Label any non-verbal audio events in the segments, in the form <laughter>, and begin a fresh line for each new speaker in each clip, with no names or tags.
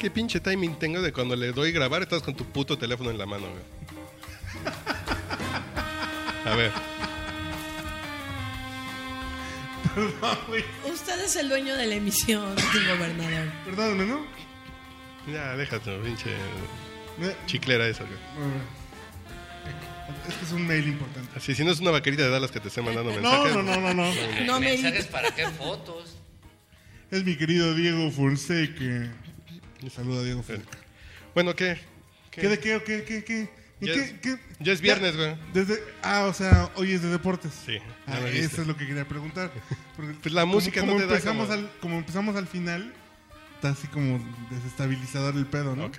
qué pinche timing tengo de cuando le doy grabar, estás con tu puto teléfono en la mano, güey. A ver.
Usted es el dueño de la emisión, <laughs> señor gobernador.
Perdóname, ¿no?
Ya, déjate, pinche
Me-
chiclera esa, güey.
Bueno, Este es un mail importante.
Así, si no es una vaquerita de Dallas que te esté mandando
Eh, No,
mensajes.
no, no, no, no.
No me
¿Mensajes para qué fotos?
Es mi querido Diego Fonseca. Un saludo a Diego Fonseca.
Bueno, ¿qué?
¿Qué de qué o qué? ¿Qué? ¿Qué? ¿Y
Ya
qué,
es-
qué?
ya es viernes, güey.
Desde, ah, o sea, hoy es de deportes.
Sí, ya
Ah,
me viste.
eso es lo que quería preguntar. Porque
<laughs> Pues la
como-
música
como
no te da
empezamos
como-
Al, como empezamos al final, está así como desestabilizador el pedo, ¿no?
Ok.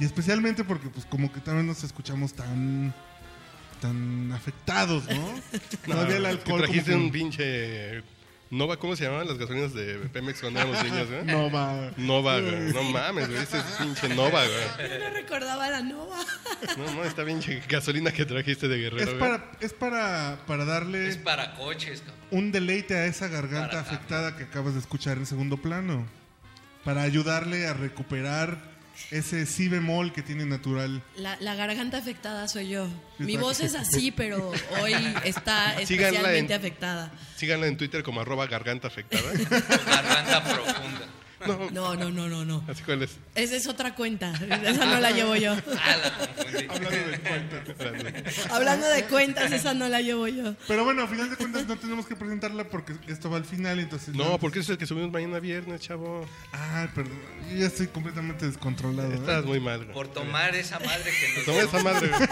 Y especialmente porque pues como que también nos escuchamos tan tan afectados,
<laughs>
¿no? Todavía el
Ah,
alcohol
que trajiste
como que-
un pinche Nova, ¿cómo se llamaban las gasolinas de Pemex cuando éramos niños, güey? <laughs>
No va.
Nova, güey. No mames, güey. Este es pinche Nova, güey.
Yo no recordaba la nova.
No, no, esta pinche gasolina que trajiste de Guerrero,
Es
güey.
para es para para darle
Es para coches, cabrón.
un deleite a esa garganta
Para-
afectada que acabas de escuchar en segundo plano. Para ayudarle a recuperar ese si bemol que tiene natural.
La, la garganta afectada soy yo. Mi
Exacto.
voz es así, pero hoy está
Síganla
especialmente
en-
afectada.
Síganla en Twitter como arroba garganta afectada.
Garganta profunda.
No,
No, no, no, no, no.
así cuál es.
Esa es otra cuenta. Esa no la llevo yo.
Ah, la confundí.
Hablando de cuentas, esa no la llevo yo.
Pero bueno, a final de cuentas no tenemos que presentarla porque esto va al final, entonces...
No, porque es el que subimos mañana viernes, chavo.
Ah, perdón. Yo ya estoy completamente descontrolado. ¿eh?
Estás muy mal, güey.
Por tomar esa madre que nos
Toma
dio.
esa madre, güey.
<laughs>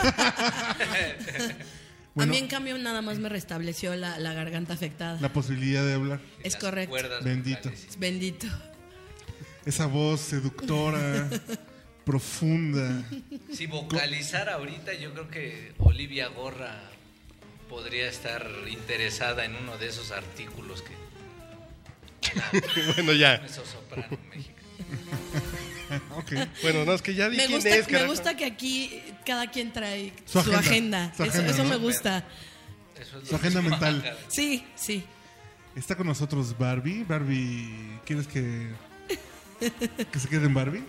Bueno.
A mí, en cambio, nada más me restableció la, la garganta afectada.
La posibilidad de hablar.
es
Las
correcto.
cuerdas
Bendito.
vocales.
Bendito.
Esa voz seductora, profunda.
Si vocalizar ahorita, yo creo que Olivia Gorra podría estar interesada en uno de esos artículos que
Bueno, ya.
eso soprano en México.
Ok.
Bueno, no, es que ya di
Me
quién
gusta,
es,
me
carajo.
gusta que aquí cada quien trae
Su
su,
agenda,
agenda.
su
Eso-
agenda,
eso
¿no?
me gusta.
Eso es
Su
lo que
agenda
se
mental.
marca.
Sí, sí.
Está con nosotros Barbie. Barbie, ¿quieres que, que se quede en Barbie?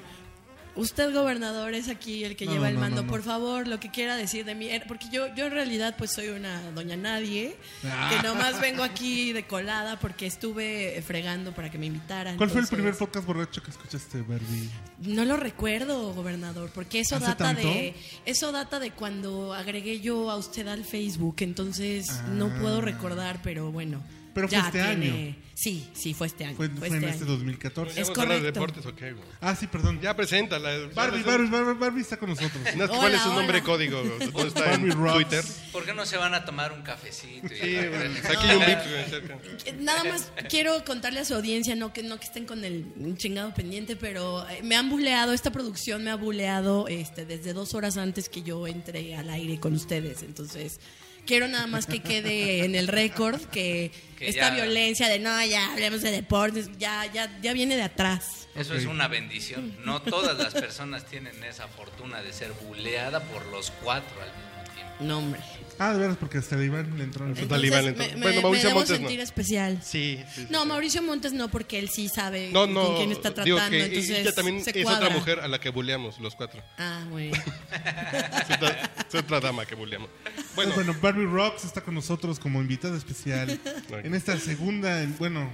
Usted, gobernador, es aquí el que
No,
lleva el
no, no,
mando.
no.
Por favor, lo que quiera decir de mí. eh, Porque yo, yo en realidad pues soy una doña nadie.
Ah.
Que nomás vengo aquí de colada porque estuve eh, fregando para que me invitaran.
¿Cuál fue el primer
entonces-
podcast borracho que escuchaste, Barbie?
No lo recuerdo, gobernador, porque eso
¿Hace
data
tanto?
de eso data de cuando agregué yo a usted al Facebook, entonces
Ah.
no puedo recordar, pero bueno.
Pero fue este año.
Sí, sí fue este año.
Fue,
fue
fue en
este
este
año.
2014.
Es
¿Vamos a hablar de
correcto.
deportes o qué, güey?
Ah, sí, perdón.
Eh, Ya, preséntala.
Barbie, Barbie, Barbie, Barbie está con nosotros.
No, ¿Cuál
Hola,
es su
hola.
nombre código? güey? ¿Dónde está
Barbie
en
Rocks.
Twitter?
<laughs> ¿Por qué no se van a tomar un cafecito? y <laughs>
Sí,
a la
güey.
verga?
Aquí hay un VIP, güey, cerca.
Eh, Nada más quiero contarle a su audiencia, no que no que estén con el chingado pendiente, pero eh, me han buleado, esta producción me ha buleado este, desde dos horas antes que yo entré al aire con ustedes. Entonces, quiero nada más que quede en el récord que,
Que
esta
ya-
violencia de no, ya hablemos de deportes, ya, ya, ya viene de atrás.
Eso es una bendición. No todas las personas tienen esa fortuna de ser buleada por los cuatro al mismo tiempo.
No, hombre.
Ah, de veras, porque hasta el Iván le entró en
Entonces,
el...
talibán,
me-
entonces.
me,
Bueno, Mauricio
me debo
Montes no.
sentir especial.
Sí, sí, sí,
No,
sí.
Mauricio Montes no, porque él sí sabe
No, no.
con quién está tratando.
digo que
entonces,
ella también
se
es otra
cuadra.
mujer a la que bulleamos los cuatro.
Ah, muy bien.
Es otra, es otra dama que bulleamos. Bueno,
<laughs> Bueno. Barbie Rocks está con nosotros como invitada especial en esta segunda, bueno,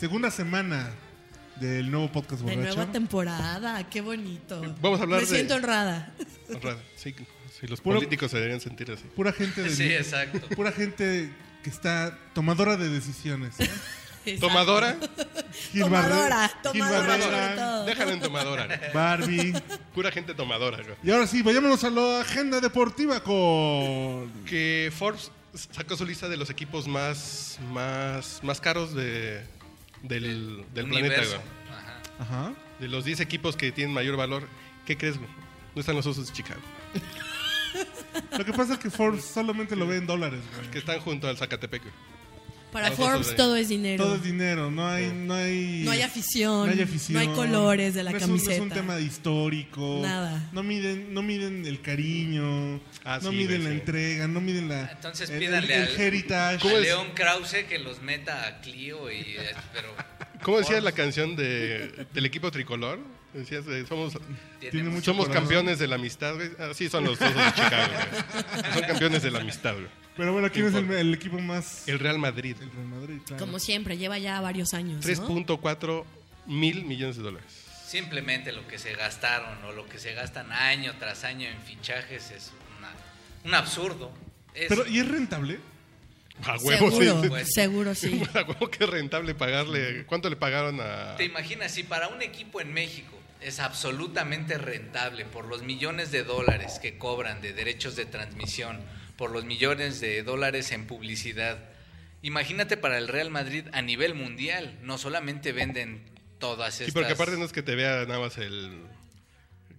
segunda semana del nuevo podcast
De
borracho. Eh,
nueva temporada, qué bonito.
Vamos a hablar
Me
de-
siento
<laughs>
honrada.
raro, sí, sí, los
Puro-
políticos se deberían sentir así.
Pura gente de...
Sí, exacto.
Pura gente que está tomadora de decisiones.
<laughs>
¿eh?
Exacto.
Tomadora,
Gil
Tomadora,
Barre- Gil
tomadora
Barrera,
sobre todo.
déjala en tomadora.
Barbie.
Pura gente tomadora. güey.
Y ahora sí, vayámonos a la agenda deportiva con...
Que Forbes sacó su lista de los equipos más más más caros de, del, del planeta.
Universo.
güey.
Ajá.
Ajá.
De los 10 equipos que tienen mayor valor, ¿qué crees? güey? No están los osos de Chicago,
Lo que pasa es que Forbes solamente lo ve en dólares, güey.
que están junto al Zacatepec. güey.
Para
Los osos
Forbes
de-
todo es dinero.
Todo es dinero, no hay, no hay...
No hay afición,
no hay afición,
no hay colores de la
no es un- no
camiseta.
es un tema de histórico.
Nada.
No miden, no miden el cariño,
Ah,
no
sí, güey,
miden la
sí.
entrega, no miden la...
Entonces
el,
pídanle
el- el
al-
heritage.
A
¿Cómo es?
León Krause que los meta a Clio y eh, pero
¿Cómo decía la canción de, del equipo tricolor? Decías, eh, somos,
Tiene mucho
somos
corazón.
campeones de la amistad, güey. Así son los dos de Chicago, güey. Son campeones de la amistad, güey.
Pero bueno, ¿quién es el, el equipo más?
El Real Madrid.
el Real Madrid, claro.
Como siempre, lleva ya varios años. ¿no?
3.4 mil millones de dólares.
Simplemente lo que se gastaron o lo que se gastan año tras año en fichajes es una- un absurdo. Es-
Pero, ¿y es rentable?
A huevo, sí.
seguro,
Pues-
seguro sí.
<laughs> A huevo que es rentable pagarle. ¿Cuánto le pagaron a.?
¿Te imaginas si para un equipo en México es absolutamente rentable por los millones de dólares que cobran de derechos de transmisión, por los millones de dólares en publicidad? Imagínate para el Real Madrid a nivel mundial, no solamente venden todas estas
Sí, porque aparte no es que te vea nada más el.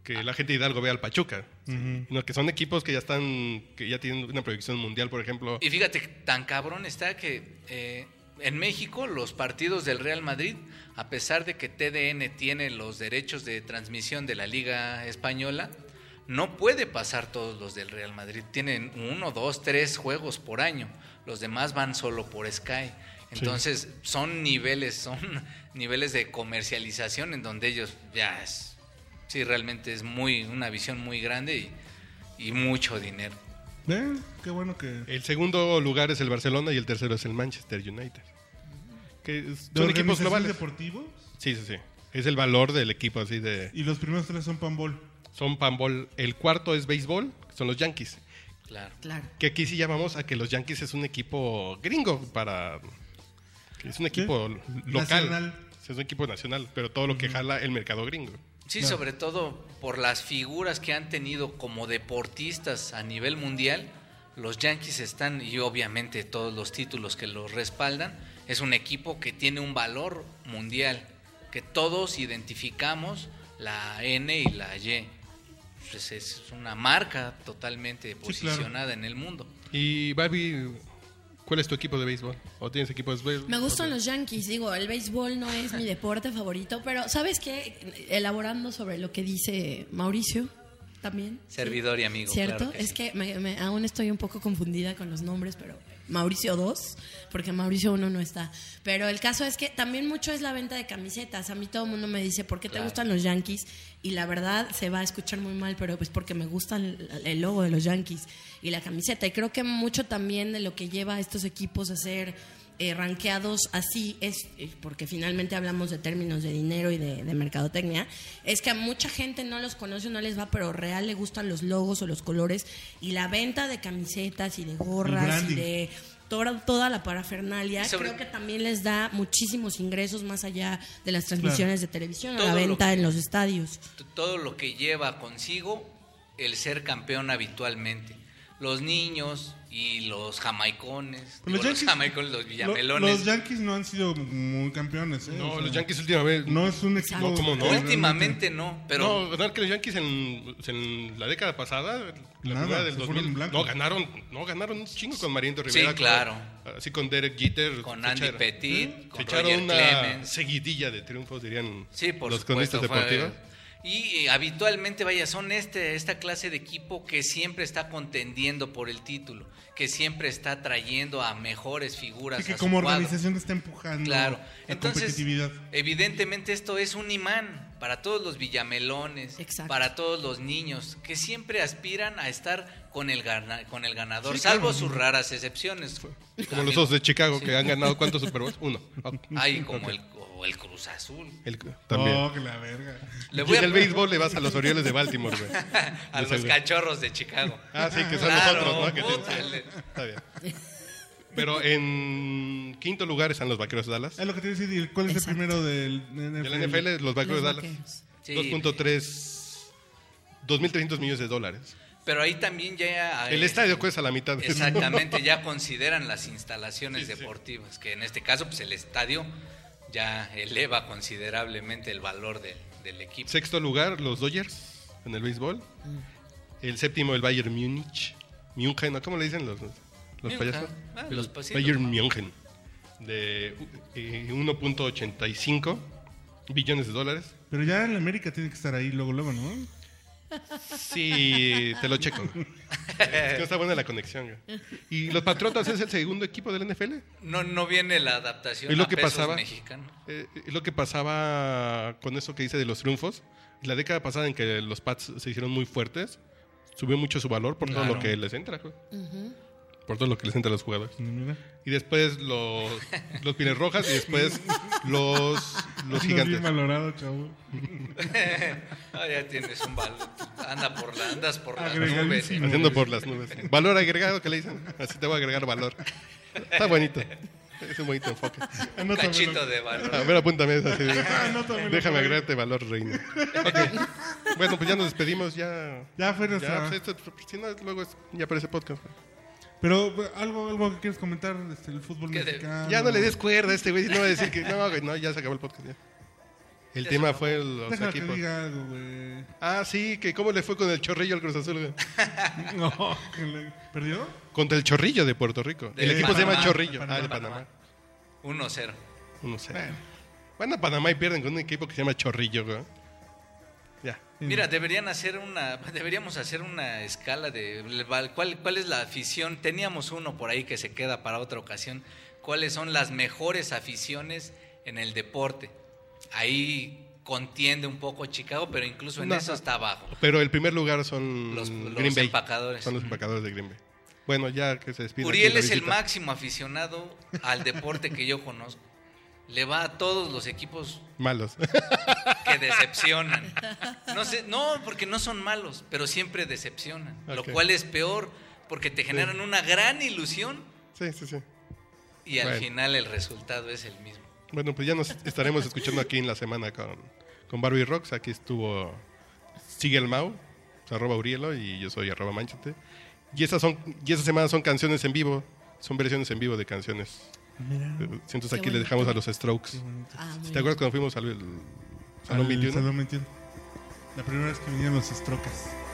Que la gente de Hidalgo vea al Pachuca. No, que son equipos que ya están. Que ya tienen una proyección mundial, por ejemplo.
Y fíjate, tan cabrón está que eh, en México los partidos del Real Madrid, a pesar de que TDN tiene los derechos de transmisión de la Liga Española, no puede pasar todos los del Real Madrid. Tienen uno, dos, tres juegos por año. Los demás van solo por Sky. Entonces son niveles, son <laughs> niveles de comercialización en donde ellos ya es, sí realmente es muy una visión muy grande y, y mucho dinero.
¿Ven? Qué bueno que...
El segundo lugar es el Barcelona y el tercero es el Manchester United. Que es-
¿De
son equipos
organización
globales.
deportivos?
Sí, sí, sí. Es el valor del equipo así de.
Y los primeros tres son Pambol.
Son panbol. El cuarto es béisbol, que son los Yankees.
Claro.
Claro.
Que aquí sí llamamos a que los Yankees es un equipo gringo para. que Es un equipo local.
Nacional.
Es un equipo nacional, pero todo lo que jala el mercado gringo.
Sí,
Claro.
sobre todo por las figuras que han tenido como deportistas a nivel mundial. Los Yankees están, y obviamente todos los títulos que los respaldan, es un equipo que tiene un valor mundial, que todos identificamos la N y la Y. Pues es una marca totalmente posicionada en el mundo.
Y, Babi, ¿cuál es tu equipo de béisbol? ¿O tienes equipo de béisbol?
Me gustan
¿O
los Yankees, digo, el béisbol no es mi deporte favorito, pero ¿sabes qué? Elaborando sobre lo que dice Mauricio también.
Servidor y amigo.
¿Cierto?
claro que
es
sí.
que me- me- aún estoy un poco confundida con los nombres, pero Mauricio 2, porque Mauricio 1 no está. Pero el caso es que también mucho es la venta de camisetas. A mí todo el mundo me dice, ¿por qué
Claro.
te gustan los Yankees? Y la verdad se va a escuchar muy mal, pero pues porque me gusta el, el logo de los Yankees y la camiseta. Y creo que mucho también de lo que lleva a estos equipos a ser eh, rankeados así es, eh, porque finalmente hablamos de términos de dinero y de, de mercadotecnia, es que a mucha gente no los conoce, no les va, pero real le gustan los logos o los colores y la venta de camisetas y de gorras y
branding.
de toda, toda la parafernalia.
Y sobre-
Creo que también les da muchísimos ingresos más allá de las transmisiones de televisión, a la
Todo lo
venta
que-
en los estadios.
t- todo lo que lleva consigo el ser campeón habitualmente. Los niños y los
Pues
jamaicones, digo, los, jamaicones, los villamelones.
lo- los Yankees no han sido muy campeones. ¿eh?
No,
O sea,
los Yankees última vez.
No es un equipo...
No,
¿cómo no?
Últimamente no, pero
no, verdad que los Yankees en, en la década pasada, la
Nada,
primera del
se fueron en
2000,
blanco.
no ganaron, no ganaron un chingo con Mariento
Sí,
Rivera, con-
claro.
así con Derek Jeter,
con
pues,
se
Andy
echaron-
Petit,
se
¿Mm?
con Roger
echaron una
Clemens.
seguidilla de triunfos dirían
Sí, por
los
supuesto,
cronistas
fue-
deportivos.
<laughs> Y eh, habitualmente, vaya, son este, esta clase de equipo que siempre está contendiendo por el título, que siempre está trayendo a mejores figuras.
Sí, que
a su
como
cuadro.
organización está empujando
Claro.
la
Entonces,
competitividad.
evidentemente esto es un imán para todos los villamelones,
Exacto.
para todos los niños, que siempre aspiran a estar con el, gana- con el ganador,
Sí,
salvo
claro.
sus raras excepciones.
Como los
Amigo,
dos de Chicago
Sí.
que han ganado cuántos Super Bowls?
<laughs>
Uno. Ah,
Hay como el, o el Cruz Azul.
el- también.
Oh, que la verga.
Le
Y
voy a-
en el béisbol le vas a los Orioles de Baltimore, güey.
a
Los
los
Orioles.
cachorros de Chicago.
Ah, sí, que son
Claro,
nosotros,
<laughs>
¿no? Que te-
pútale.
Está bien. Pero en quinto lugar están los Vaqueros de Dallas.
Es lo que te iba a decir. ¿y ¿Cuál es
Exacto.
el primero del
De la NFL, los Vaqueros
Los
de Dallas.
vaqueros.
Sí.
2.3... 2.300 millones de dólares.
Pero ahí también ya...
El
eh,
estadio cuesta la mitad. de-
Exactamente, ya consideran las instalaciones deportivas, que en este caso, pues el estadio ya eleva considerablemente el valor del- del equipo.
Sexto lugar, los Dodgers en el béisbol.
Mm.
El séptimo, el Bayern Múnich. München, ¿no? ¿cómo le dicen los, los
München.
payasos?
Ah,
El
los pasitos.
Bayern München. De eh, 1.85 billones de dólares.
Pero ya en la América tiene que estar ahí luego, luego, ¿no?
Sí, te lo
<laughs>
checo. Es que no está buena la conexión. güey. Y los Patriotas es el segundo equipo del NFL.
No, no viene la adaptación
Es lo
a
que
pesos
pasaba.
mexicanos.
Eh, es lo que pasaba con eso que dice de los triunfos. la década pasada en que los pads se hicieron muy fuertes, subió mucho su valor por todo
Claro.
lo que les entra, güey. Por todo lo que les entra a los jugadores.
Mira.
Y después los, los pieles rojas y después los, los
Ando bien
gigantes.
valorado, chavo.
Ah, ya tienes un balón. Anda por la, andas por las nubes.
Agregadísimo.
Haciendo por las nubes. Valor agregado que le dicen. Así te voy a agregar valor. Está bonito. Es un bonito enfoque.
Un
Anótamelo.
cachito de
A
valor.
ver, apúntame eso así. de-
Anótamelo.
Déjame agregarte valor,
<laughs>
reina. Ok. Bueno, pues ya nos despedimos. Ya.
Ya fue
ya,
nuestra.
pues, esto- si no, luego es- ya aparece podcast. pues.
Pero pues, algo, algo que quieres comentar este, el fútbol
Que de-
mexicano.
Ya no le des cuerda a este güey. No va a decir que no, güey, no, ya se acabó el podcast. ya. El
Ya se
tema
acabó.
fue los
Déjame que
equipos.
diga algo, güey.
Ah, sí, que cómo le fue con el chorrillo al Cruz Azul. güey.
No. <laughs> que le- ¿Perdió?
Contra el chorrillo de Puerto Rico.
De
el equipo se llama
Panamá.
Chorrillo.
Panamá.
Ah, de Panamá.
1-0.
No sé. Van a Panamá y pierden con un equipo que se llama Chorrillo, güey. Ya.
Mira, deberían hacer una, <laughs> deberíamos hacer una escala de val- cuál, cuál es la afición. Teníamos uno por ahí que se queda para otra ocasión. ¿Cuáles son las mejores aficiones en el deporte? Ahí contiende un poco Chicago, pero incluso en
No.
eso está abajo.
Pero el primer lugar son
Los- los
Green Bay.
empacadores.
Son los empacadores de Green Bay. Bueno, ya que se despiden. aquí
Uriel
la
es el
visita.
máximo aficionado al deporte que yo conozco. Le va a todos los equipos
Malos. <laughs>
que decepcionan. No sé, no, porque no son malos, pero siempre decepcionan. Lo
Ok.
cual es peor, porque te generan una gran ilusión
sí, sí, sí.
y al
Bueno.
final el resultado es el mismo.
Bueno, pues ya nos estaremos escuchando aquí en la semana con, con Barbie Rocks. Aquí estuvo Sigue el Mau, pues, arroba Urielo y yo soy arroba Manchete. Y esas son, y esta semana son canciones en vivo, son versiones en vivo de canciones.
Ah, Mira.
Entonces
Qué
aquí le
bonito.
dejamos a los Strokes.
Ah, muy
¿Te
bien.
acuerdas cuando fuimos al al Salón
Al
21?
Salón 21. La primera vez que vinieron los estrocas.